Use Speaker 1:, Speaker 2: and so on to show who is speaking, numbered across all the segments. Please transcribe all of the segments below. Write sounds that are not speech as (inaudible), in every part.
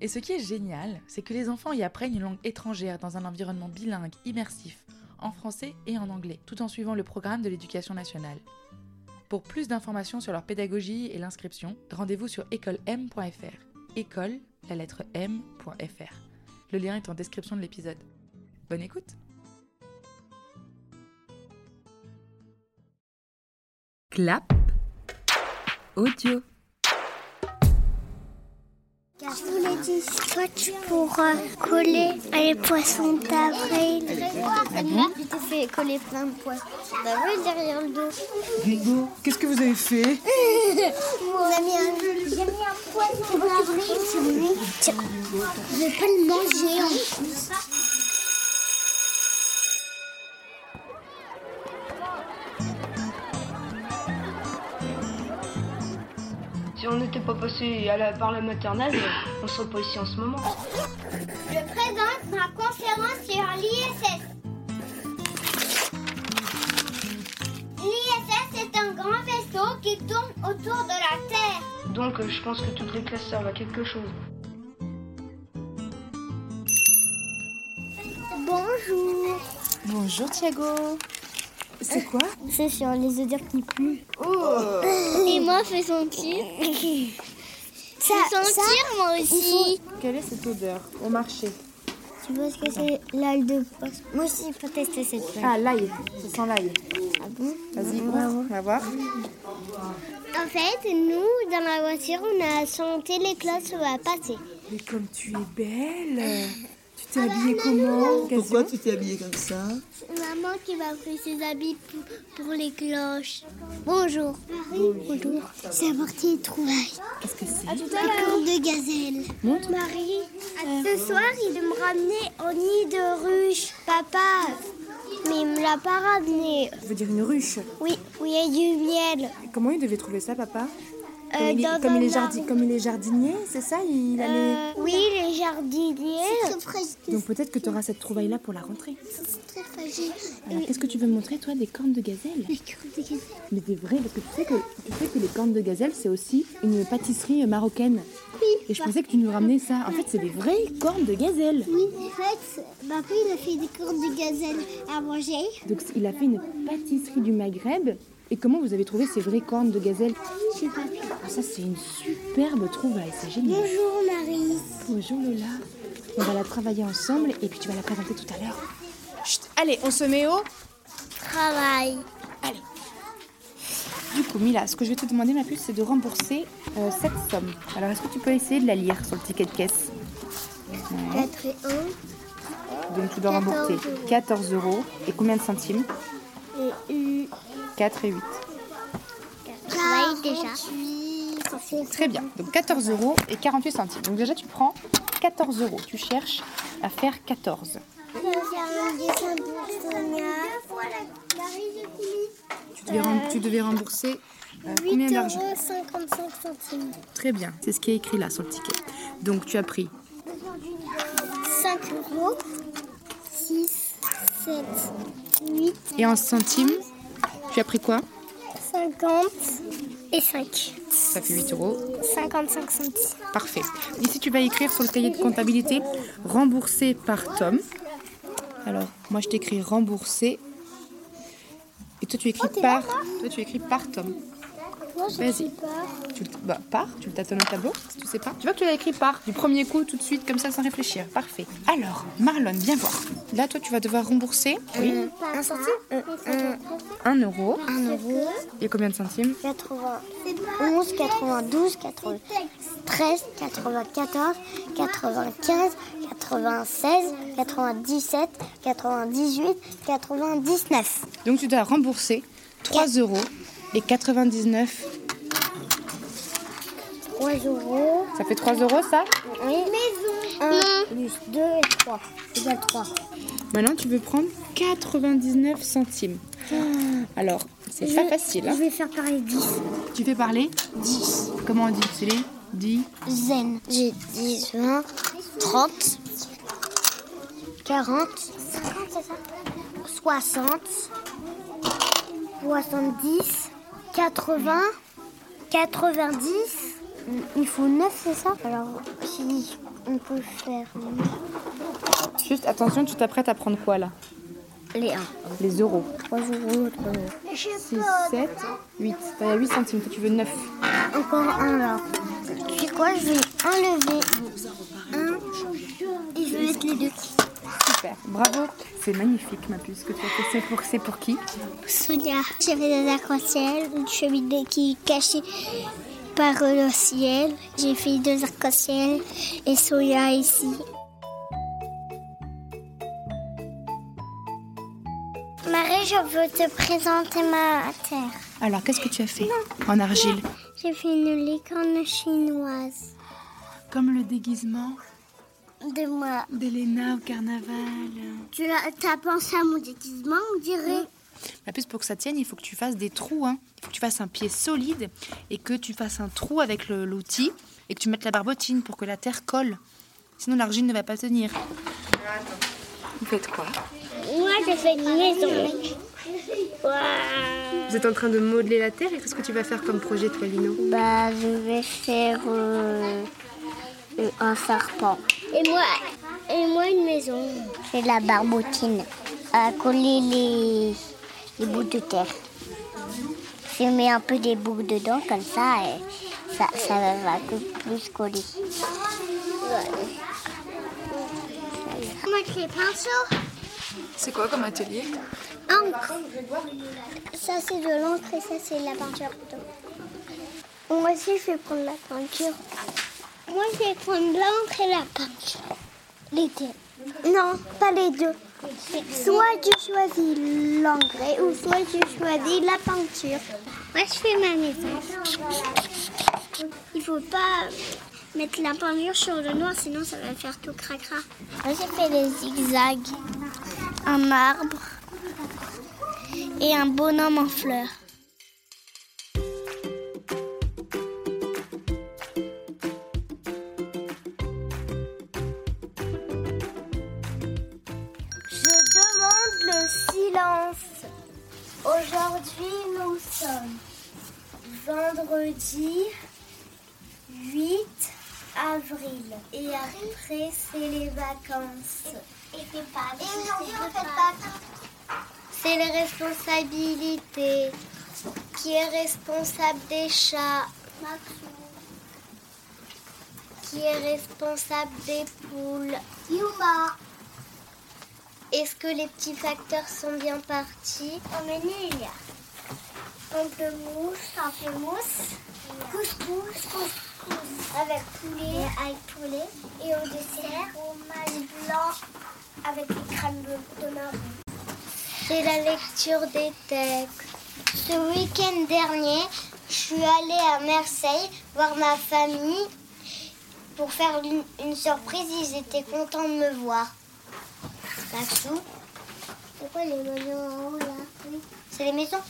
Speaker 1: Et ce qui est génial, c'est que les enfants y apprennent une langue étrangère dans un environnement bilingue, immersif, en français et en anglais, tout en suivant le programme de l'éducation nationale. Pour plus d'informations sur leur pédagogie et l'inscription, rendez-vous sur écolem.fr. École, la lettre m.fr. Le lien est en description de l'épisode. Bonne écoute
Speaker 2: Clap audio.
Speaker 3: Je voulais du scotch pour euh, coller à les poissons d'avril.
Speaker 4: Tu t'es fait coller plein de poissons d'avril derrière le dos.
Speaker 5: Qu'est-ce que vous avez fait
Speaker 3: J'ai mis un, j'ai mis un poisson d'avril sur lui. Tiens, je vais pas le manger en plus.
Speaker 6: Si on n'était pas passé à la, par la maternelle, (coughs) on serait pas ici en ce moment.
Speaker 3: Je présente ma conférence sur l'ISS. L'ISS est un grand vaisseau qui tourne autour de la Terre.
Speaker 6: Donc euh, je pense que toutes les classes servent à quelque chose.
Speaker 3: Bonjour.
Speaker 4: Bonjour Thiago.
Speaker 5: C'est quoi
Speaker 4: C'est sur les œufs qui pleut. Oh Et moi, fais sentir.
Speaker 3: Ça,
Speaker 4: moi aussi.
Speaker 5: Quelle est cette odeur au marché
Speaker 4: Tu vois ce que c'est l'ail de poisson Moi aussi, je peux tester cette Ah feuille.
Speaker 5: Ah, l'ail, ça sent l'ail. Vas-y, on va voir.
Speaker 3: En fait, nous, dans la voiture, on a chanté les classes à passer.
Speaker 5: Mais comme tu es belle Tu t'es habillée comment
Speaker 7: Pourquoi tu t'es habillée comme ça
Speaker 3: Maman qui m'a pris ses habits pour, pour les cloches. Bonjour. Bonjour. C'est apporté des trouvailles.
Speaker 5: Qu'est-ce que c'est
Speaker 3: Un corps de gazelle. Marie, ce soir, il me ramener au nid de ruche. Papa, mais il me l'a pas ramené.
Speaker 5: Ça veut dire une ruche.
Speaker 3: Oui, oui, il y a du miel.
Speaker 5: Comment il devait trouver ça, papa
Speaker 3: Euh,
Speaker 5: comme, il,
Speaker 3: dans
Speaker 5: comme
Speaker 3: un
Speaker 5: il est
Speaker 3: arbre.
Speaker 5: jardi- comme il est jardinier, c'est ça il a les-
Speaker 3: Euh, oui, les jardiniers. C'est
Speaker 5: Donc peut-être que tu auras cette trouvaille-là pour la rentrée.
Speaker 3: très fragile.
Speaker 5: Alors, Qu'est-ce que tu veux me montrer, toi, des cornes de gazelle Mais des vraies, parce que tu sais que, tu sais que les cornes de gazelle, c'est aussi une pâtisserie euh, marocaine. Et je pensais que tu nous ramenais ça. En fait, c'est des vraies cornes de gazelle.
Speaker 3: bah, Oui, en fait, papa, il a fait des cordes de gazelle à manger.
Speaker 5: Donc il a fait une pâtisserie du Maghreb. Et comment vous avez trouvé ces vraies cornes de gazelle
Speaker 3: Je sais pas.
Speaker 5: Ah, Ça, c'est une superbe trouvaille, c'est génial.
Speaker 3: Bonjour, Marie.
Speaker 5: Bonjour Lola. On va la travailler ensemble et puis tu vas la présenter tout à l'heure. Chut, allez, on se met au...
Speaker 3: Travail.
Speaker 5: Du coup, Mila, ce que je vais te demander, ma puce, c'est de rembourser euh, cette somme. Alors, est-ce que tu peux essayer de la lire sur le ticket de caisse
Speaker 3: 4 et 1.
Speaker 5: Donc, tu dois
Speaker 3: 14
Speaker 5: rembourser
Speaker 3: euros.
Speaker 5: 14 euros. Et combien de centimes
Speaker 3: Et U.
Speaker 5: 4 et 8.
Speaker 3: Travail déjà.
Speaker 5: Très bien. Donc 14 euros et 48 centimes. Donc déjà tu prends 14 euros. Tu cherches à faire 14.
Speaker 3: Je vais faire un dessin pour Sonia. Voilà, Marie, j'ai fini.
Speaker 5: Tu devais, rem- tu devais rembourser euh, combien
Speaker 3: 8,55
Speaker 5: d'argent
Speaker 3: euros centimes.
Speaker 5: Très bien. C'est ce qui est écrit là sur le ticket. Donc tu as pris
Speaker 3: 5 euros. 6, 7, 8,
Speaker 5: et en centimes. Tu as pris quoi
Speaker 3: 50 et 5.
Speaker 5: Ça fait 8 euros.
Speaker 3: 55 centimes.
Speaker 5: Parfait. Ici, tu vas écrire sur le cahier de comptabilité remboursé par Tom. Alors, moi, je t'écris remboursé. Et toi, tu écris
Speaker 3: Oh,
Speaker 5: par. Toi, tu écris par Tom.
Speaker 3: Moi,
Speaker 5: Vas-y. Tu le... bah, par, tu le tâtonnes au tableau, si tu sais pas. Tu vois que tu l'as écrit par, du premier coup, tout de suite, comme ça, sans réfléchir. Parfait. Alors, Marlon, viens voir. Là, toi, tu vas devoir rembourser. Oui.
Speaker 3: Euh, Un centime
Speaker 5: 1 euro.
Speaker 3: 1 euro.
Speaker 5: Et combien de centimes
Speaker 3: 91, 92, 93, 94, 95, 96, 97, 98, 99.
Speaker 5: Donc, tu dois rembourser 3 euros et 99.
Speaker 3: 3 euros.
Speaker 5: Ça fait 3 euros, ça
Speaker 3: Oui. Maison. 1 plus 2 et 3 égale 3.
Speaker 5: Maintenant, tu veux prendre 99 centimes. Alors, c'est pas facile. hein.
Speaker 3: Je vais faire pareil 10.
Speaker 5: Tu fais parler
Speaker 3: 10.
Speaker 5: Comment on dit C'est les 10
Speaker 3: Zen. J'ai 10, 20, 30, 40, 50, c'est ça 60, 70, 80, 90. Il faut 9, c'est ça Alors, si on peut faire
Speaker 5: Juste attention, tu t'apprêtes à prendre quoi là
Speaker 3: les 1.
Speaker 5: Les euros.
Speaker 3: 3 euros, 3 euros.
Speaker 5: 6, 7, 8. T'as la 8 centimes, toi, tu veux 9.
Speaker 3: Encore un là. Tu sais quoi, je vais enlever un et je vais mettre les deux.
Speaker 5: Super, bravo. C'est magnifique, ma puce, ce que tu as fait. C'est pour, c'est pour qui
Speaker 3: Sonia, j'avais des arcs-en-ciel, une cheminée qui est cachée par le ciel. J'ai fait deux arcs-en-ciel et Sonia ici. Marie, je veux te présenter ma terre.
Speaker 5: Alors, qu'est-ce que tu as fait En argile.
Speaker 3: J'ai fait une licorne chinoise.
Speaker 5: Comme le déguisement
Speaker 3: De moi.
Speaker 5: d'Elena au carnaval.
Speaker 3: Tu as, pensé à mon déguisement, on dirait
Speaker 5: Ma puce, pour que ça tienne, il faut que tu fasses des trous. hein. Il faut que tu fasses un pied solide et que tu fasses un trou avec le- l'outil et que tu mettes la barbotine pour que la terre colle. Sinon, l'argile ne va pas tenir. Vous faites quoi
Speaker 3: Moi, j'ai fait une maison.
Speaker 5: Vous êtes en train de modeler la terre et qu'est-ce que tu vas faire comme projet, toi, Lino
Speaker 3: Bah, je vais faire euh, un serpent. Et moi, et moi une maison. J'ai la barbotine à coller les, les bouts de terre. Je mets un peu des bouts dedans comme ça et ça, ça va que plus coller. Moi, les pinceaux,
Speaker 1: C'est quoi comme atelier
Speaker 3: encre. Ça, c'est de l'encre et ça, c'est de la peinture. Moi aussi, je vais prendre la peinture. Moi, je vais prendre l'encre et la peinture. Les deux. Non, pas les deux. Soit tu choisis l'engrais ou soit tu choisis la peinture. Moi, je fais ma maison. Il faut pas mettre la peinture sur le noir, sinon ça va faire tout cracra. Moi, j'ai fait des zigzags, un marbre et un bonhomme en fleurs. Je demande le silence. Aujourd'hui, nous sommes vendredi 8 avril. Et après, c'est les vacances. Et aujourd'hui, on fait pas. C'est les responsabilités. Qui est responsable des chats Qui est responsable des poules Yuma. Est-ce que les petits facteurs sont bien partis On est nuls. Pamplemousse, pamplemousse, couscous, couscous. Avec poulet, avec poulet. Et au dessert, fromage blanc avec le crâne de, de marron. C'est la lecture des textes. Ce week-end dernier, je suis allée à Marseille voir ma famille pour faire une, une surprise. Ils étaient contents de me voir. Maxou. C'est quoi les maisons en haut là C'est les maisons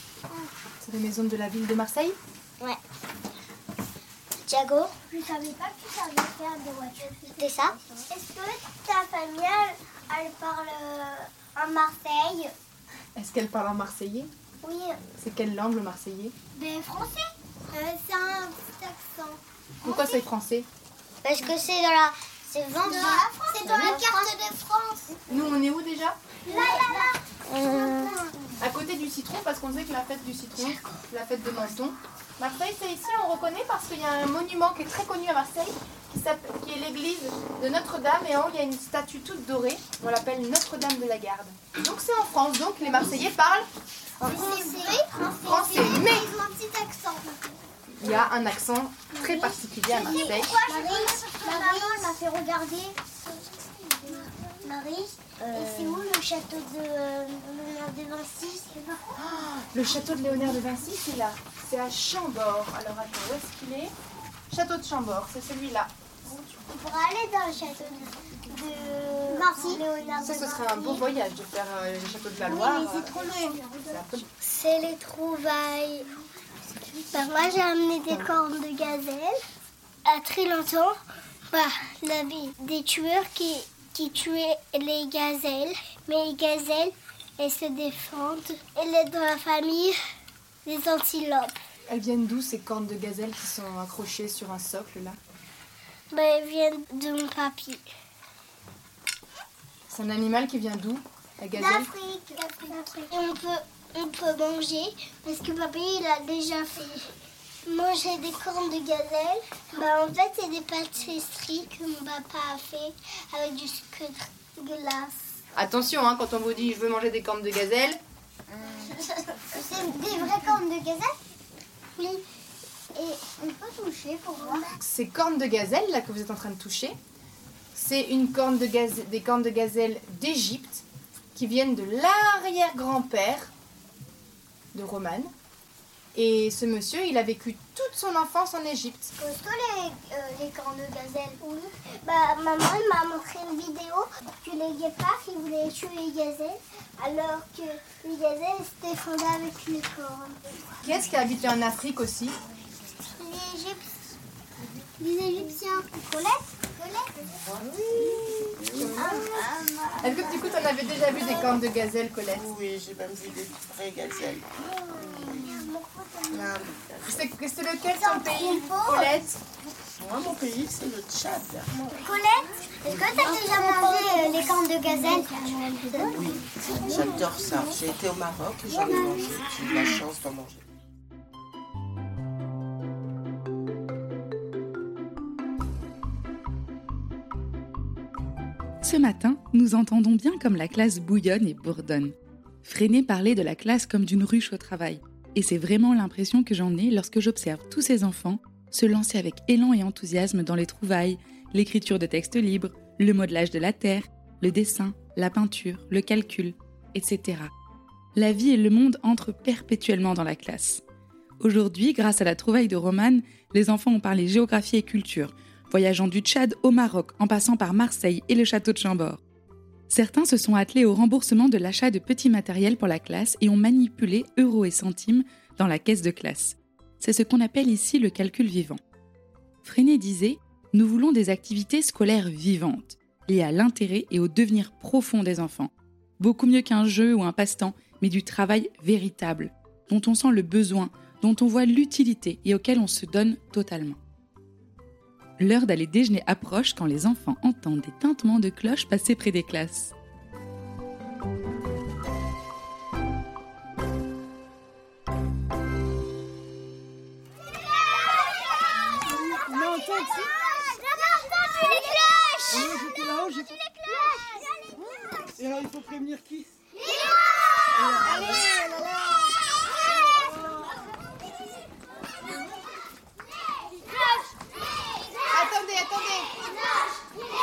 Speaker 5: C'est les maisons de la ville de Marseille
Speaker 3: Ouais. Thiago Je savais pas que tu savais faire des voitures. C'était ça Est-ce que ta famille, elle, parle euh, en Marseille
Speaker 5: Est-ce qu'elle parle en marseillais
Speaker 3: Oui,
Speaker 5: C'est quelle langue le marseillais
Speaker 3: des Français Euh, C'est un petit accent.
Speaker 5: Pourquoi c'est français
Speaker 3: Parce que c'est dans la... C'est dans la France. C'est dans la carte de Mmh. France.
Speaker 5: Nous, on est où déjà
Speaker 3: Là, là, là.
Speaker 5: À côté du citron, parce qu'on sait que la fête du citron, la fête de Menton. Marseille, c'est ici, on reconnaît parce qu'il y a un monument qui est très connu à Marseille, qui, s'appelle- qui est l'église de Notre-Dame, et en haut, il y a une statue toute dorée, on l'appelle Notre-Dame de la Garde. Donc c'est en France, donc les Marseillais parlent.
Speaker 3: Mmh. français.
Speaker 5: Français,
Speaker 3: Mais
Speaker 5: mais-
Speaker 3: ils ont un petit accent.
Speaker 5: Il y a un accent très particulier à Marseille.
Speaker 3: Marie, maman elle m'a fait regarder. Euh. Marie, et c'est où le château de euh, Léonard de Vinci
Speaker 5: Le château de Léonard de Vinci, c'est là, c'est à Chambord. Alors attends, où est-ce qu'il est Château de Chambord, c'est celui-là.
Speaker 3: pour aller dans le château de, de Léonard
Speaker 7: Ça,
Speaker 3: de
Speaker 7: ce serait un beau
Speaker 3: Vinci.
Speaker 7: voyage de faire euh, les châteaux de la Loire. C'est un peu-
Speaker 3: C'est les trouvailles. Bah, moi, j'ai amené des cornes de gazelle. À très longtemps, bah, il y avait des tueurs qui, qui tuaient les gazelles. Mais les gazelles, elles se défendent. Elles est dans la famille des antilopes.
Speaker 7: Elles viennent d'où ces cornes de gazelle qui sont accrochées sur un socle là
Speaker 3: Bah, elles viennent de mon papy.
Speaker 7: C'est un animal qui vient d'où La gazelle
Speaker 3: D'Afrique, Et on peut, on peut manger parce que papy il a déjà fait manger des cornes de gazelle. Bah, en fait, c'est des pâtisseries que mon papa a fait avec du sucre de glace.
Speaker 7: Attention, hein, quand on vous dit je veux manger des cornes de gazelle,
Speaker 3: C'est des vraies cornes de gazelle Oui. Et on peut toucher pour voir.
Speaker 7: ces cornes de gazelle là que vous êtes en train de toucher, c'est une corne de gaz- des cornes de gazelle d'Égypte qui viennent de l'arrière-grand-père de Roman. Et ce monsieur, il a vécu toute son enfance en Égypte.
Speaker 3: Costaud les, euh, les cornes de gazelle. Oui. Bah, maman elle m'a montré une vidéo que les guépards ils voulaient tuer les gazelles alors que les gazelles se défendaient avec les cornes.
Speaker 7: Qui est-ce qui a habité en Afrique aussi
Speaker 3: Les Égyptiens. Les Égyptiens. Colette Colette
Speaker 7: Est-ce que du coup, t'en avais déjà vu des cornes de gazelle, Colette
Speaker 8: Oui, j'ai même vu des vraies gazelles. Là,
Speaker 7: C'est c'est lequel ton pays, Colette
Speaker 8: Moi, mon pays, c'est le Tchad.
Speaker 3: Colette Est-ce que t'as déjà mangé euh, les cornes de gazelle
Speaker 8: J'adore ça. J'ai été au Maroc et j'en ai mangé. J'ai eu la chance d'en manger.
Speaker 1: Ce matin, nous entendons bien comme la classe bouillonne et bourdonne. Freiné parlait de la classe comme d'une ruche au travail. Et c'est vraiment l'impression que j'en ai lorsque j'observe tous ces enfants se lancer avec élan et enthousiasme dans les trouvailles, l'écriture de textes libres, le modelage de la terre, le dessin, la peinture, le calcul, etc. La vie et le monde entrent perpétuellement dans la classe. Aujourd'hui, grâce à la trouvaille de Roman, les enfants ont parlé géographie et culture, voyageant du Tchad au Maroc en passant par Marseille et le château de Chambord. Certains se sont attelés au remboursement de l'achat de petits matériels pour la classe et ont manipulé euros et centimes dans la caisse de classe. C'est ce qu'on appelle ici le calcul vivant. Freinet disait Nous voulons des activités scolaires vivantes, liées à l'intérêt et au devenir profond des enfants. Beaucoup mieux qu'un jeu ou un passe-temps, mais du travail véritable, dont on sent le besoin, dont on voit l'utilité et auquel on se donne totalement. L'heure d'aller déjeuner approche quand les enfants entendent des tintements de cloches passer près des classes.
Speaker 8: Et alors, il faut prévenir qui
Speaker 7: Attendez, attendez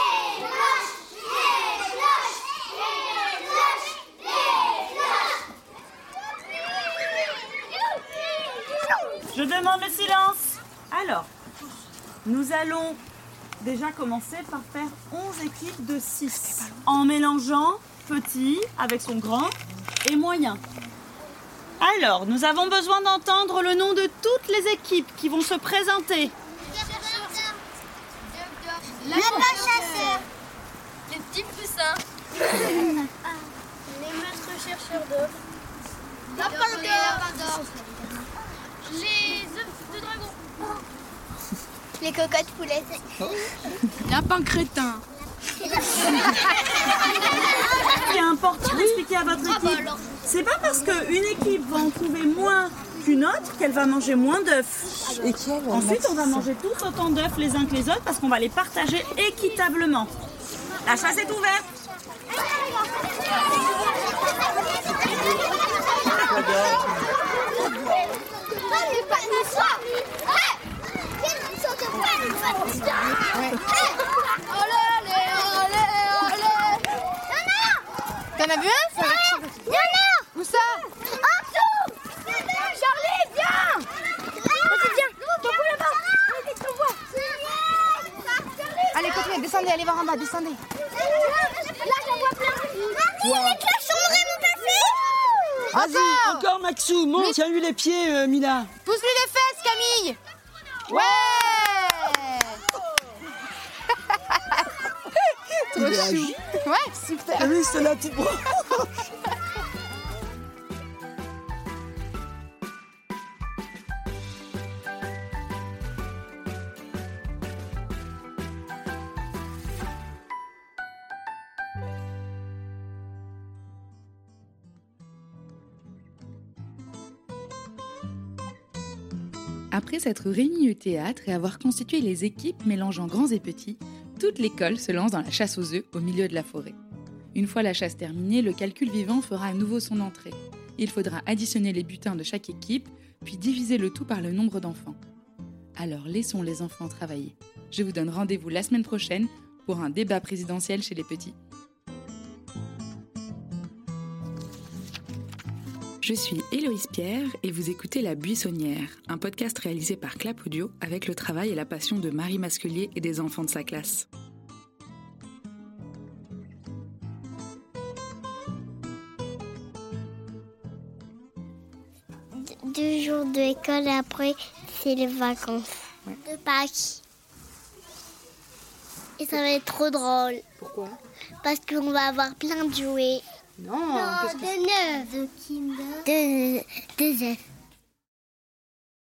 Speaker 9: Je demande le silence. Alors, nous allons déjà commencer par faire 11 équipes de 6 en mélangeant petit avec son grand et moyen. Alors, nous avons besoin d'entendre le nom de toutes les équipes qui vont se présenter.
Speaker 3: Le bon chasseur
Speaker 10: Les petits poussins.
Speaker 3: Les maîtres chercheurs d'or.
Speaker 10: Les labradors. Les œufs de dragon.
Speaker 3: Les cocottes poulettes.
Speaker 10: Lapin crétin.
Speaker 9: Ce qui est important d'expliquer à votre équipe, c'est pas parce qu'une équipe va en trouver moins qu'une autre qu'elle va manger moins d'œufs.
Speaker 2: Et qui est
Speaker 9: Ensuite, on va manger tout autant d'œufs les uns que les autres parce qu'on va les partager équitablement. La chasse est ouverte.
Speaker 7: T'en as vu un Où ça Allez, continue,
Speaker 11: allez voir en bas, descendez.
Speaker 3: Là, j'en vois plein.
Speaker 11: Wow.
Speaker 3: Marie, les cloches sont vraiment pas faites.
Speaker 12: Vas-y, encore Maxou, monte,
Speaker 11: Mais-
Speaker 12: tiens-lui les pieds, euh, Mila.
Speaker 11: Pousse-lui les fesses, Camille Ouais
Speaker 12: Il
Speaker 11: Trop
Speaker 12: réagit.
Speaker 11: chou Ouais, super
Speaker 12: Ah oui, c'est là tout bon.
Speaker 1: Après s'être réunis au théâtre et avoir constitué les équipes mélangeant grands et petits, toute l'école se lance dans la chasse aux œufs au milieu de la forêt. Une fois la chasse terminée, le calcul vivant fera à nouveau son entrée. Il faudra additionner les butins de chaque équipe, puis diviser le tout par le nombre d'enfants. Alors laissons les enfants travailler. Je vous donne rendez-vous la semaine prochaine pour un débat présidentiel chez les petits.
Speaker 13: Je suis Héloïse Pierre et vous écoutez La Buissonnière, un podcast réalisé par Clap Audio avec le travail et la passion de Marie Masculier et des enfants de sa classe.
Speaker 4: Deux jours de école et après, c'est les vacances.
Speaker 3: De Pâques. Et ça va être trop drôle. Pourquoi Parce qu'on va avoir plein de jouets.
Speaker 7: Non, qu'est-ce que
Speaker 3: de neuf. De Kinder. De, de œufs.